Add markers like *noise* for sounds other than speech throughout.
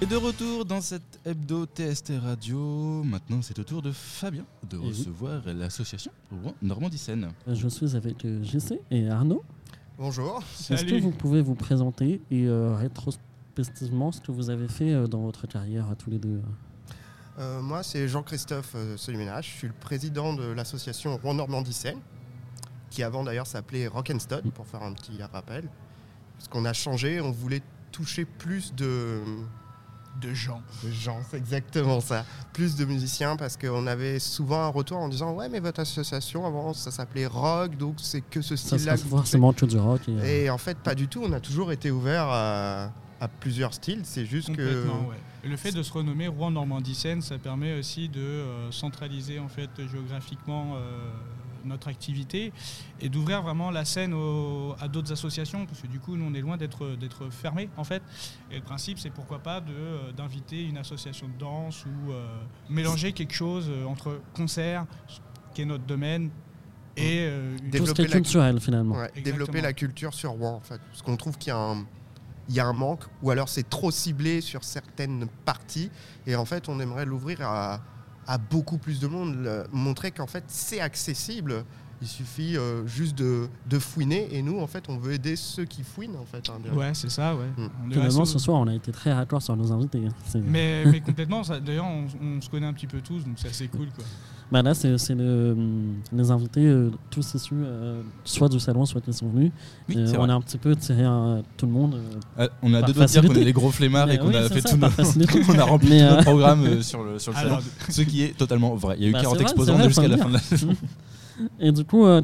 Et de retour dans cette hebdo TST Radio, maintenant c'est au tour de Fabien de Eh oui. recevoir l'association Rouen Normandie Seine. Je suis avec euh, JC et Arnaud. Bonjour. Est-ce que vous pouvez vous présenter et euh, rétrospectivement ce que vous avez fait euh, dans votre carrière à tous les deux Euh, moi, c'est Jean-Christophe euh, Soluménage. Je suis le président de l'association Rouen Normandie Seine, qui avant d'ailleurs s'appelait Rock'n'Stone, pour faire un petit rappel. Parce qu'on a changé, on voulait toucher plus de, de gens. de gens, c'est exactement ça. Plus de musiciens, parce qu'on avait souvent un retour en disant Ouais, mais votre association avant, ça s'appelait rock, donc c'est que ce Ça sera style-là. que vous forcément que du rock. et, euh, faites. Et en fait, pas du tout. On a toujours été ouvert à, à plusieurs styles. C'est juste que. Complètement, ouais. Le fait de se renommer Rouen Normandie Seine, ça permet aussi de euh, centraliser en fait géographiquement euh, notre activité et d'ouvrir vraiment la scène au- à d'autres associations parce que du coup nous on est loin d'être d'être fermé en fait. Et le principe c'est pourquoi pas de euh, d'inviter une association de danse ou euh, mélanger quelque chose euh, entre concert, ce qui est notre domaine, et euh, une- tout ce qui développer est la- culturel finalement. Ouais, Exactement. développer la culture sur Rouen, en fait. Parce qu'on trouve qu'il y a un. il y a un manque, ou alors c'est trop ciblé sur certaines parties. Et en fait, on aimerait l'ouvrir à, à beaucoup plus de monde, le- montrer qu'en fait, c'est accessible. Il suffit euh, juste de, de fouiner. Et nous, en fait, on veut aider ceux qui fouinent, en fait. hein, bien. Ouais, c'est ça, ouais. Mm. On est Finalement, asso- ce soir, on a été très raccord sur nos invités. hein. C'est- Mais, mais complètement, ça- d'ailleurs, on, on se connaît un petit peu tous, donc c'est assez cool. Quoi. Bah là, c'est c'est le, hum, les invités, euh, tous issus euh, soit du salon, soit qui sont venus. Oui, Euh, c'est on vrai. a un petit peu tiré euh, tout le monde. euh, Ah, on a Par deux doigts de dire qu'on est facilité. les gros flemmards et Mais qu'on oui, a c'est fait ça, tout par notre- *laughs* facilité. qu'on a rempli Mais, tout euh, notre programme euh, sur le, sur le Alors, salon. Ce qui est totalement vrai. Il y a eu Bah, c'est 40 vrai, exposants c'est vrai, jusqu'à faut la le *laughs* fin de la Et du coup, euh,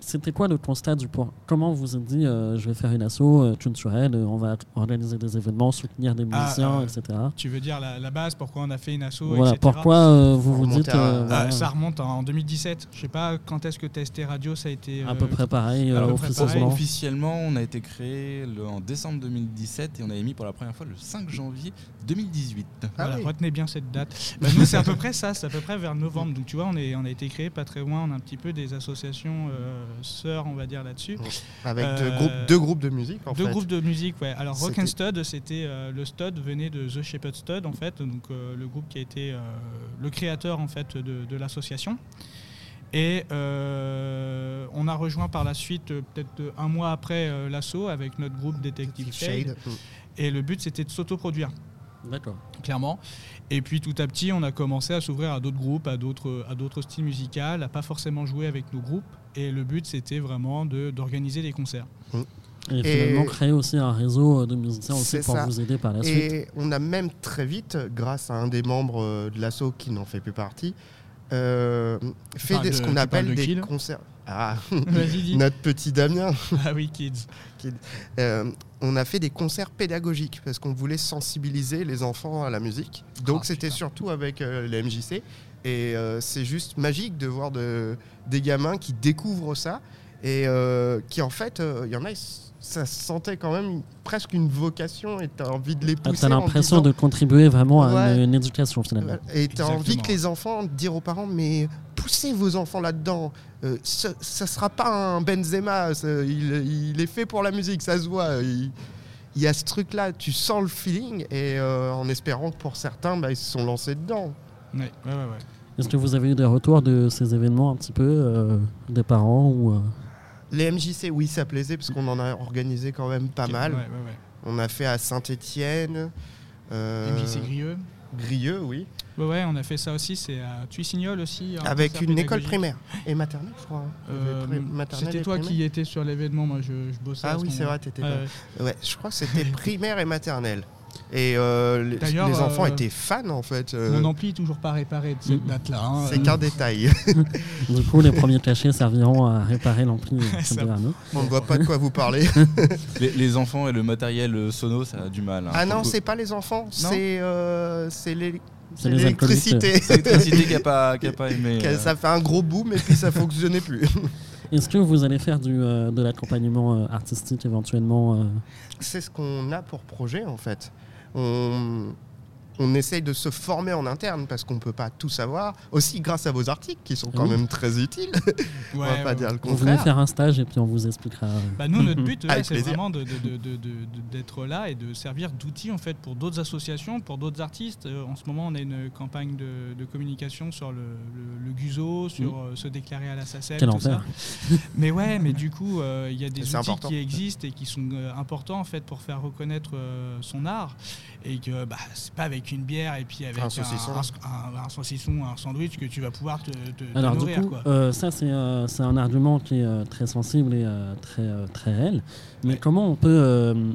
c'était quoi le constat du point Comment vous vous êtes dit, euh, je vais faire une asso euh, culturelle, euh, on va organiser des événements, soutenir des Ah, musiciens, euh, etc. Tu veux dire la, la base, pourquoi on a fait une asso, Voilà, etc. pourquoi euh, vous vous Remonter dites... à- euh, à- Ah, voilà, Ça remonte en 2017. Je sais pas quand est-ce que TST Radio, ça a été. à euh, peu près pareil, euh, à peu près pareil. officieusement. Officiellement, on a été créé le- en décembre 2017 et on a émis pour la première fois le 5 janvier 2018. Ah voilà, oui. Retenez bien cette date. Bah, nous, c'est à peu près ça, c'est à peu près vers novembre. Donc tu vois, on, est, on a été créé pas très loin, on a un petit peu des associations euh, sœurs, on va dire là-dessus. Avec deux, Euh, groupes, deux groupes de musique, en Deux fait. groupes de musique, ouais. Alors Rock C'était- and Stud, c'était euh, le Stud venait de The Shepherd Stud en fait, donc euh, le groupe qui a été euh, le créateur en fait de, de l'association. Et euh, on a rejoint par la suite, euh, peut-être euh, un mois après euh, l'assaut, avec notre groupe Detective Shade. Shade. Mm. Et le but, c'était de s'autoproduire, D'accord. clairement. Et puis tout à petit, on a commencé à s'ouvrir à d'autres groupes, à d'autres à d'autres styles musicaux, à pas forcément jouer avec nos groupes. Et le but, c'était vraiment de- d'organiser des concerts. *laughs* Et, Et- finalement, créer aussi un réseau euh, de musiciens aussi C'est pour ça. vous aider par la suite. Et on a même très vite, grâce à un des membres euh, de l'assaut qui n'en fait plus partie, euh, fait parles des- ce de- qu'on tu appelle parles de qui, des là concerts. Ah, Vas-y, *laughs* dis. notre petit Damien. Ah oui, kids. Euh, on a fait des concerts pédagogiques parce qu'on voulait sensibiliser les enfants à la musique. Donc Ah, c'était putain. surtout avec euh, les MJC. Et euh, c'est juste magique de voir de- des gamins qui découvrent ça et euh, qui en fait, euh, il y en a, ils s- ça sentait quand même une- presque une vocation et tu as envie de les Ah, pousser. T'as en l'impression disant- de contribuer vraiment à Ouais. une, une éducation finalement. Voilà. Euh, Et tu as envie Exactement. que les enfants dire aux parents, mais poussez vos enfants là-dedans. Euh, ce- ça sera pas un Benzema. ça- il, il est fait pour la musique, ça se voit. Il, il y a ce truc-là, tu sens le feeling. Et euh, en espérant que pour certains, bah, ils se sont lancés dedans. Ouais, ouais, ouais, ouais. Est-ce que vous avez eu des retours de ces événements un petit peu, euh, des parents ou... euh, Les MJC, oui, ça plaisait parce qu'on en a organisé quand même pas Ok, mal. Ouais, ouais, ouais. On a fait à Saint-Étienne. euh, MJC Grieux. Grieux, oui. Ouais, ouais, on a fait ça aussi, c'est à Tuissignol aussi. hein, un Avec concert une école pédagogique. primaire et maternelle, je crois. Il y avait Euh, pri- maternelle C'était et toi primaire. qui étais sur l'événement, moi je, je bossais. à Ah ce oui, c'est moment-là. Euh, vrai, t'étais Ouais, pas ouais. Ouais, je crois que *laughs* c'était primaire et maternelle. Et euh, les, D'ailleurs, les enfants euh, étaient fans en fait. euh, Mon ampli est toujours pas réparé de cette Mm. date-là. hein. c'est qu'un détail. *laughs* Du coup, les premiers cachets serviront à réparer l'ampli. euh, comme *laughs* Ça dirait Arnaud. On ne voit pas de quoi vous *laughs* parlez. Les, les enfants et le matériel euh, sono, ça a du mal. hein. Ah non, Faut- c'est pas les enfants, c'est euh, c'est l'é- c'est *laughs* les l'électricité. c'est l'électricité qui a pas, qui a pas aimé. *laughs* Que euh. Ça fait un gros boom et puis ça fonctionnait plus. *laughs* Est-ce que vous allez faire du, euh, de l'accompagnement euh, artistique éventuellement euh, C'est ce qu'on a pour projet en fait. On, on essaye de se former en interne parce qu'on ne peut pas tout savoir. Aussi grâce à vos articles qui sont quand Oui. même très utiles. on va Ouais, pas ouais, dire le On venait contraire. faire un stage et puis on vous expliquera. Bah, nous, notre but, ouais, Mm. Mm-hmm. Avec c'est plaisir. vraiment de- de- de- de- de- d'être là et de servir d'outil en fait pour d'autres associations, pour d'autres artistes. Euh, En ce moment, on a une campagne de, de communication sur le, le- le GUSO, Mm. sur euh, se déclarer à la SACEM, Quel tout enfer. ça. *laughs* Mais ouais, mais du coup, euh, il y a des C'est outils important. qui existent et qui sont euh, importants en fait pour faire reconnaître euh, son art et que bah, c'est pas avec une bière et puis avec Un saucisson. un, un- un saucisson, un sandwich que tu vas pouvoir te, te- te Alors du nourrir. coup, quoi. euh, ça c'est euh, c'est un argument qui est euh, très sensible et euh, très, euh, très réel. Mais comment on peut euh,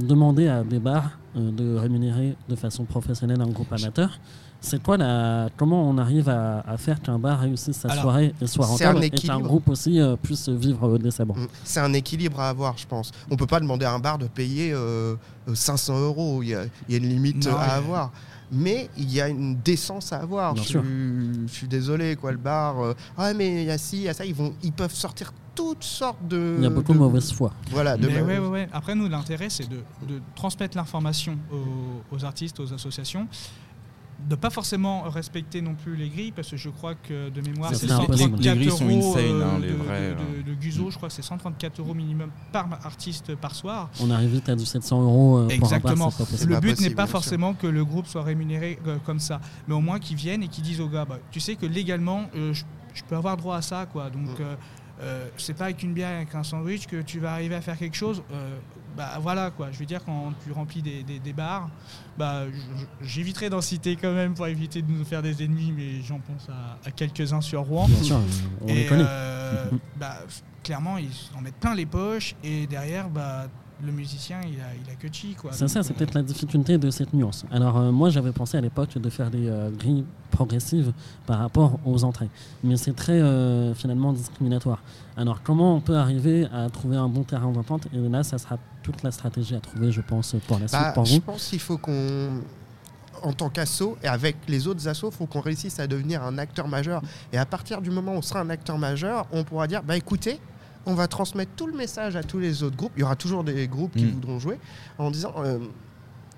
demander à des bars euh, de rémunérer de façon professionnelle un groupe amateur C'est quoi la comment on arrive à, à faire qu'un bar réussisse sa Alors, soirée et soit c'est un rentable et qu'un équilibre. groupe aussi euh, puisse vivre euh, décemment Mm. C'est un équilibre à avoir, je pense. On peut pas demander à un bar de payer euh, euh, 500 euros. Il y, a, il y a une limite Non, euh, à mais- avoir. Mais il y a une décence à avoir. Bien Je sûr. suis- je suis désolé, quoi, le bar. euh, ah, mais il y a ci, il y a ça. Ils, vont, ils peuvent sortir toutes sortes de. Il y a beaucoup de Mm, de- mauvaise foi. Voilà, de Mais ma- ouais, ouais, ouais. Après, nous, l'intérêt, c'est de, de transmettre l'information aux, aux artistes, aux associations. De pas forcément respecter non plus les grilles, parce que je crois que de mémoire, Ça, c'est c'est impossible. 134 Les grilles sont euros, insane, euh, hein, les de- de, vraies, de- de Guzo, je crois que c'est 134 euros minimum par artiste par soir. On arrive vite à du 700 euros euh, pour un bar, Exactement. c'est pas possible. Le pas but possible, n'est pas bien sûr. forcément que le groupe soit rémunéré euh, comme ça, mais au moins qu'ils viennent et qu'ils disent aux gars, bah, tu sais que légalement, euh, je, je peux avoir droit à ça, quoi. Donc, Mm. euh, euh, c'est pas avec une bière, et avec un sandwich que tu vas arriver à faire quelque chose. Euh, bah voilà, quoi. Je veux dire, quand tu remplis des, des- des bars, bah je- je- j'éviterai d'en citer quand même pour éviter de nous faire des ennemis, mais j'en pense à, à quelques-uns sur Rouen. Bien sûr, on Et, les connaît. *laughs* euh, bah, clairement, ils en mettent plein les poches et derrière, bah. Le musicien, il a, il a que chi, quoi. C'est ça, Donc, c'est euh, peut-être la difficulté de cette nuance. Alors, euh, moi, j'avais pensé à l'époque de faire des euh, grilles progressives par rapport aux entrées. Mais c'est très, euh, finalement, discriminatoire. Alors, comment on peut arriver à trouver un bon terrain d'entente Et là, ça sera toute la stratégie à trouver, je pense, pour la suite, Bah, pour je vous. pense qu'il faut qu'on, en tant qu'asso et avec les autres assos, faut qu'on réussisse à devenir un acteur majeur. Et à partir du moment où on sera un acteur majeur, on pourra dire bah écoutez, on va transmettre tout le message à tous les autres groupes. Il y aura toujours des groupes qui Mm. Hmm. voudront jouer en disant euh,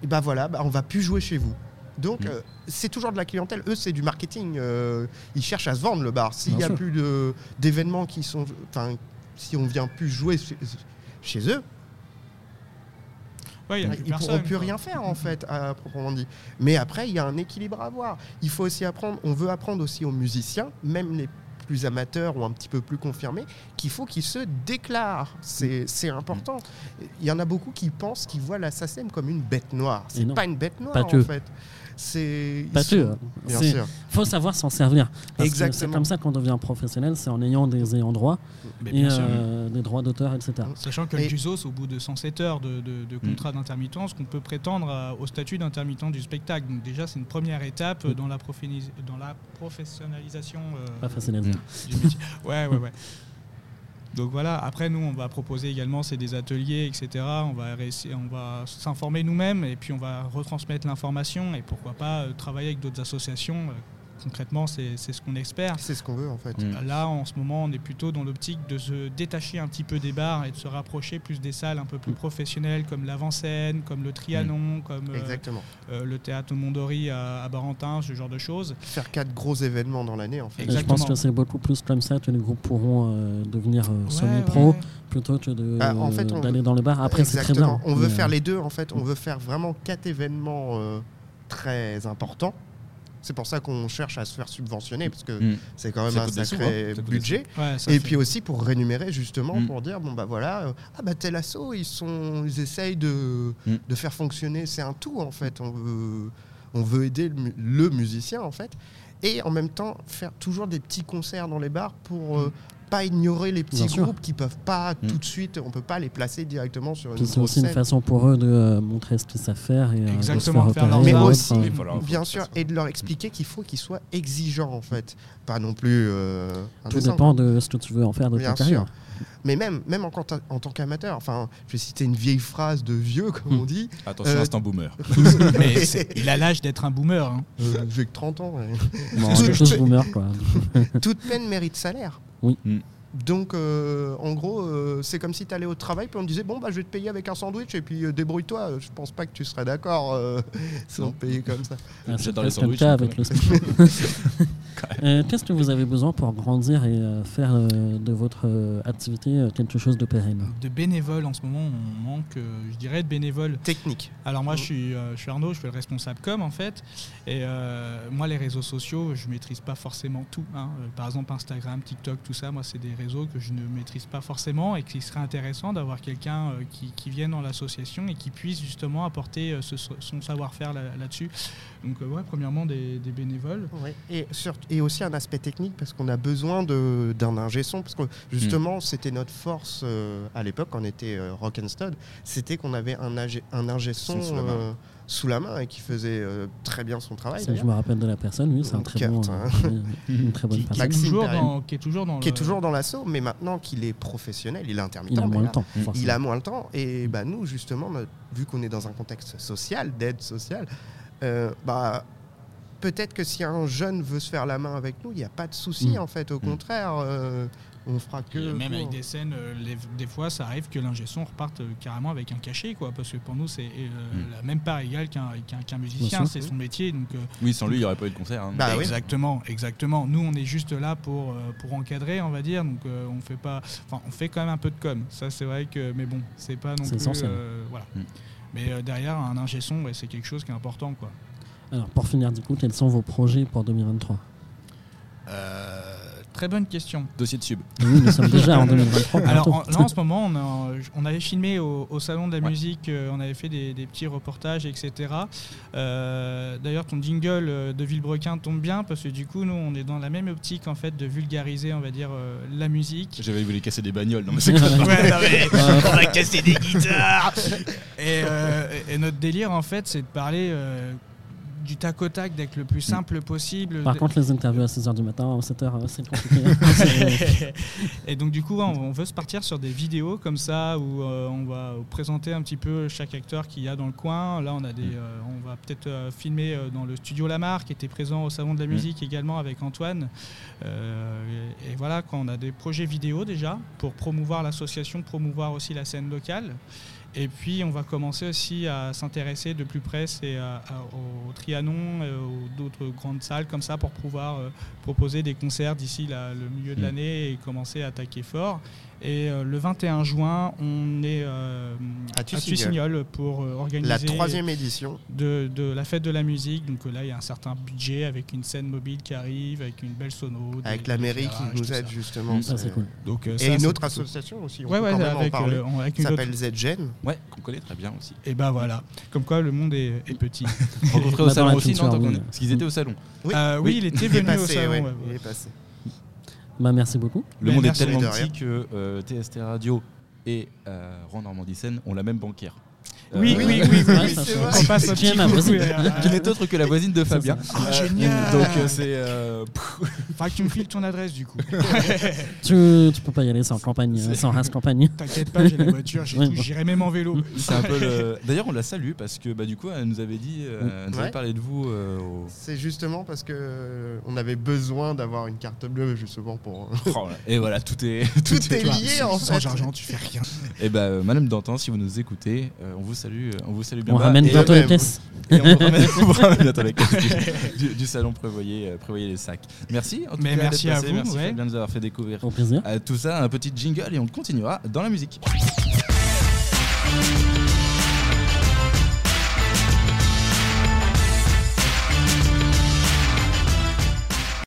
bah voilà, bah, on va plus jouer chez vous. Donc Hmm. Mm. euh, c'est toujours de la clientèle. Eux, c'est du marketing. euh, ils cherchent à se vendre le bar. S'il Bien n'y a sûr. plus de- d'événements qui sont, enfin, si on vient plus jouer chez- chez eux, Ouais, il y a Bah, ils plus ne pourront personne, plus quoi. rien faire en fait, à proprement dit. Mais après, il y a un équilibre à avoir. Il faut aussi apprendre, on veut apprendre aussi aux musiciens, même les plus amateurs ou un petit peu plus confirmés, qu'il faut qu'ils se déclarent. C'est c'est important. Il y en a beaucoup qui pensent qu'ils voient la SACEM comme une bête noire. Et C'est non. pas une bête noire Pas que. en fait. C'est ils Pas sont- sûr. Bien C'est- sûr. faut savoir s'en servir. Parce que C'est Exactement. comme ça qu'on devient professionnel, c'est en ayant des ayants droit Mais et bien sûr. euh, des droits d'auteur, etc. Sachant que Et- le GUSO, c'est au bout de 107 heures de, de- Mm. de contrat d'intermittence qu'on peut prétendre à- au statut d'intermittent du spectacle. Donc déjà, c'est une première étape Mm. euh, dans la, profénis- dans la professionnalisation euh, Pas facile à Mm. dire. du métier. *laughs* Ouais, ouais, ouais. Donc voilà, après nous on va proposer également c'est des ateliers, etc. On va réessayer- on va s'informer nous-mêmes et puis on va retransmettre l'information et pourquoi pas euh, travailler avec d'autres associations. Euh, Concrètement, c'est c'est ce qu'on espère. C'est ce qu'on veut en fait. Mm. Là, en ce moment, on est plutôt dans l'optique de se détacher un petit peu des bars et de se rapprocher plus des salles un peu Mm. plus professionnelles comme l'avant-scène, comme le Trianon, comme euh, Exactement. euh, le théâtre Mondori à, à Barentin, ce genre de choses. Faire quatre gros événements dans l'année en fait. Et je Exactement. pense que c'est beaucoup plus comme ça que les groupes pourront euh, devenir euh, Ouais, semi-pro. ouais, ouais. plutôt que de- Ah, en fait, on- d'aller dans le bar. Après, c'est très Exactement. bien. On veut mais, faire euh, les deux, en fait. On veut faire vraiment quatre événements euh, très importants. C'est pour ça qu'on cherche à se faire subventionner, parce que Mm. c'est quand même Ça un coûte des sacré sous, hein. Ça coûte des budget. Ouais, ça Et fait- puis aussi pour rémunérer, justement, Mm. pour dire, bon, bah voilà, euh, ah bah tel assaut, ils, sont, ils essayent de, Mm. de faire fonctionner. C'est un tout, en fait. On veut, on veut aider le, mu- le musicien, en fait. Et en même temps, faire toujours des petits concerts dans les bars pour... euh, pas ignorer les petits Bien sûr. groupes qui peuvent pas Mm. tout de suite, on peut pas les placer directement sur une Puis c'est grosse aussi une scène. façon pour eux de euh, montrer ce qu'ils savent faire et euh, de se Exactement, faire de faire repérer. leur et Mais autres, aussi, euh, Il faut leur- bien faut sûr, faire ça. et de leur expliquer qu'il faut qu'ils soient exigeants en fait, pas non plus. euh, tout indécents. dépend de ce que tu veux en faire de Bien ta *laughs* carrière. Mais même, même en, quant- en tant qu'amateur. Enfin, je vais citer une vieille phrase de vieux, comme Hmm. on dit. Attention, Euh, instant boomer. Mais c'est- il a l'âge d'être un boomer. hein. Euh, *laughs* J'ai que 30 ans. ouais. Bon, Tout- quelque chose boomer, quoi. Toute peine mérite salaire. Oui. Hmm. Donc, euh, en gros, euh, c'est comme si tu allais au travail, puis on te disait Bon, bah, je vais te payer avec un sandwich, et puis euh, débrouille-toi. Je pense pas que tu serais d'accord euh, *laughs* si on te payait comme ça. Ah, c'est J'adore les presque le sandwichs, cas hein, avec le Euh, Qu'est-ce que vous avez besoin pour grandir et euh, faire euh, de votre euh, activité euh, quelque chose de pérenne De bénévoles, en ce moment, on manque, euh, je dirais, de bénévoles. Technique. Alors moi, je suis, euh, je suis Arnaud, je suis le responsable com en fait. Et euh, moi, les réseaux sociaux, je maîtrise pas forcément tout. hein. Euh, Par exemple, Instagram, TikTok, tout ça, moi, c'est des réseaux que je ne maîtrise pas forcément et qu'il serait intéressant d'avoir quelqu'un euh, qui, qui vienne dans l'association et qui puisse justement apporter euh, ce- son savoir-faire là- là-dessus. Donc, euh, ouais, premièrement, des, des bénévoles. Ouais. Et, sur- et aussi un aspect technique, parce qu'on a besoin de- d'un ingé son, parce que Hmm. justement, c'était notre force euh, à l'époque, quand on était euh, Rock'n'Stud, c'était qu'on avait un, ingé- un ingé son, Son sous la main. euh, sous la main et qui faisait euh, très bien son travail. Ça, Je me rappelle de la personne, oui, c'est un très Kurt, bon, hein. euh, oui, une très bonne *laughs* Qui- qui- Qui est personne. Maxime toujours Perrin. dans- qui est toujours dans qui est le- toujours dans l'assaut, mais maintenant qu'il est professionnel, il est intermittent. Il a mais moins là, le temps. il forcément. il a moins le temps. Et bah, nous, justement, notre- vu qu'on est dans un contexte social, d'aide sociale, euh, bah, peut-être que si un jeune veut se faire la main avec nous, il n'y a pas de souci, Mm. en fait. Au Mm. contraire, euh, on fera que. Et même pour- avec des scènes, euh, les- des fois, ça arrive que l'ingé son reparte euh, carrément avec un cachet, quoi, parce que pour nous, c'est euh, Mm. la même part égale qu'un qu'un- qu'un musicien, Hmm. sûr. Ah c'est son métier. Donc, euh, Oui, sans lui, il n'y aurait pas eu de concert. hein. Bah, oui. exactement, exactement. Nous, on est juste là pour, euh, pour encadrer, on va dire. Donc, euh, on fait pas, enfin, on fait quand même un peu de com. Ça, c'est vrai que, mais bon, c'est pas non C'est plus. essentiel. Hmm. euh, voilà. Mm. Mais euh, derrière, un ingé son, ouais, c'est quelque chose qui est important, quoi. Alors, pour finir, du coup, quels sont vos projets pour 2023 Très bonne question. Dossier de sub. Oui, nous sommes déjà en 2023. Alors en, bientôt. là en ce moment, on, a- on avait filmé au, au salon de la Ouais. musique, euh, on avait fait des, des petits reportages, etc. Euh, D'ailleurs, ton jingle euh, de Villebrequin tombe bien parce que du coup, nous, on est dans la même optique en fait de vulgariser, on va dire, euh, la musique. J'avais voulu casser des bagnoles. Non, mais *laughs* c'est Ouais, non, mais Euh, on a cassé des guitares et, euh, et- et notre délire en fait, c'est de parler euh, du tac au tac, d'être le plus simple possible. Par de- contre, les interviews à 6h du matin, à 7h, c'est *laughs* compliqué. C'est- et donc du coup, ouais, on on veut se partir sur des vidéos comme ça où euh, on va présenter un petit peu chaque acteur qu'il y a dans le coin. Là, on a des, euh, on va peut-être euh, filmer euh, dans le studio Lamar qui était présent au salon de la Mm. musique également avec Antoine. Euh, et, et voilà, quand on a des projets vidéo déjà pour promouvoir l'association, promouvoir aussi la scène locale. Et puis, on va commencer aussi à s'intéresser de plus près et au Trianon, euh, aux d'autres grandes salles comme ça pour pouvoir euh, proposer des concerts d'ici la- le milieu de Mm. l'année et commencer à attaquer fort. Et euh, le 21 juin, on est euh, À à Tussignol. Tussignol pour euh, organiser La troisième édition. de, de la fête de la musique. Donc euh, là, il y a un certain budget avec une scène mobile qui arrive, avec une belle sono. des- Avec la des mairie qui éclairages, tout nous ça. aide justement. Mm. Ça, c'est cool. Donc, euh, ça, Et une c'est autre plutôt- association aussi, on Ouais, peut ouais, quand même en avec, parler, euh, on- avec qui une autre. s'appelle ZGen. Ouais, qu'on connaît très bien *laughs* aussi. Et ben voilà, comme quoi le monde est, est petit. Rencontré au Bah, dans la salon aussi, culture, non tant qu'on oui. est- Parce qu'ils étaient au salon. *laughs* Oui. Euh, oui, il Il était est venu au passé, salon. ouais, ouais, ouais. il est passé. Bah, merci beaucoup. Le Mais monde est merci. tellement De rien. petit que euh, TST Radio et euh, Rond Normandie Seine ont la même banquière. Oui, Euh, oui, oui, oui, Ouais, oui, ça, c'est ça. vrai. On passe un Qui petit aime la coucou voisine. et, euh, Qui n'est autre que la voisine de Ça, Fabien. Ah, Euh, génial Donc euh, c'est. euh, pff, Faudra que tu me files ton adresse du coup. Tu, tu peux pas y aller sans campagne, euh, sans race campagne. T'inquiète pas, j'ai la voiture, j'ai Ouais, tout, bon. j'irai même en vélo. c'est un peu le- D'ailleurs, on la salue parce que bah, du coup, elle nous avait dit. euh, Oui. elle nous avait Ouais. parlé de vous euh, au. C'est justement parce que euh, on avait besoin d'avoir une carte bleue justement pour. euh, Oh là, Et voilà, tout est. *laughs* Tout, est Toi, lié sans- en sans fait. argent, tu fais rien. Et bah, euh, Madame Dantan, si vous nous écoutez, euh, on vous salue, euh, on vous Bah, salue bien. On bas. ramène Et- bientôt les même. pièces. Et on vous ramène, *laughs* on vous ramène bientôt la caisse du, du- du salon prévoyez, euh, prévoyez les sacs. Merci. En tout Mais cas, merci d'être à passé. vous, Merci ouais. Fabien de nous avoir fait découvrir Au plaisir. euh, tout ça. Un petit jingle et on continuera dans la musique.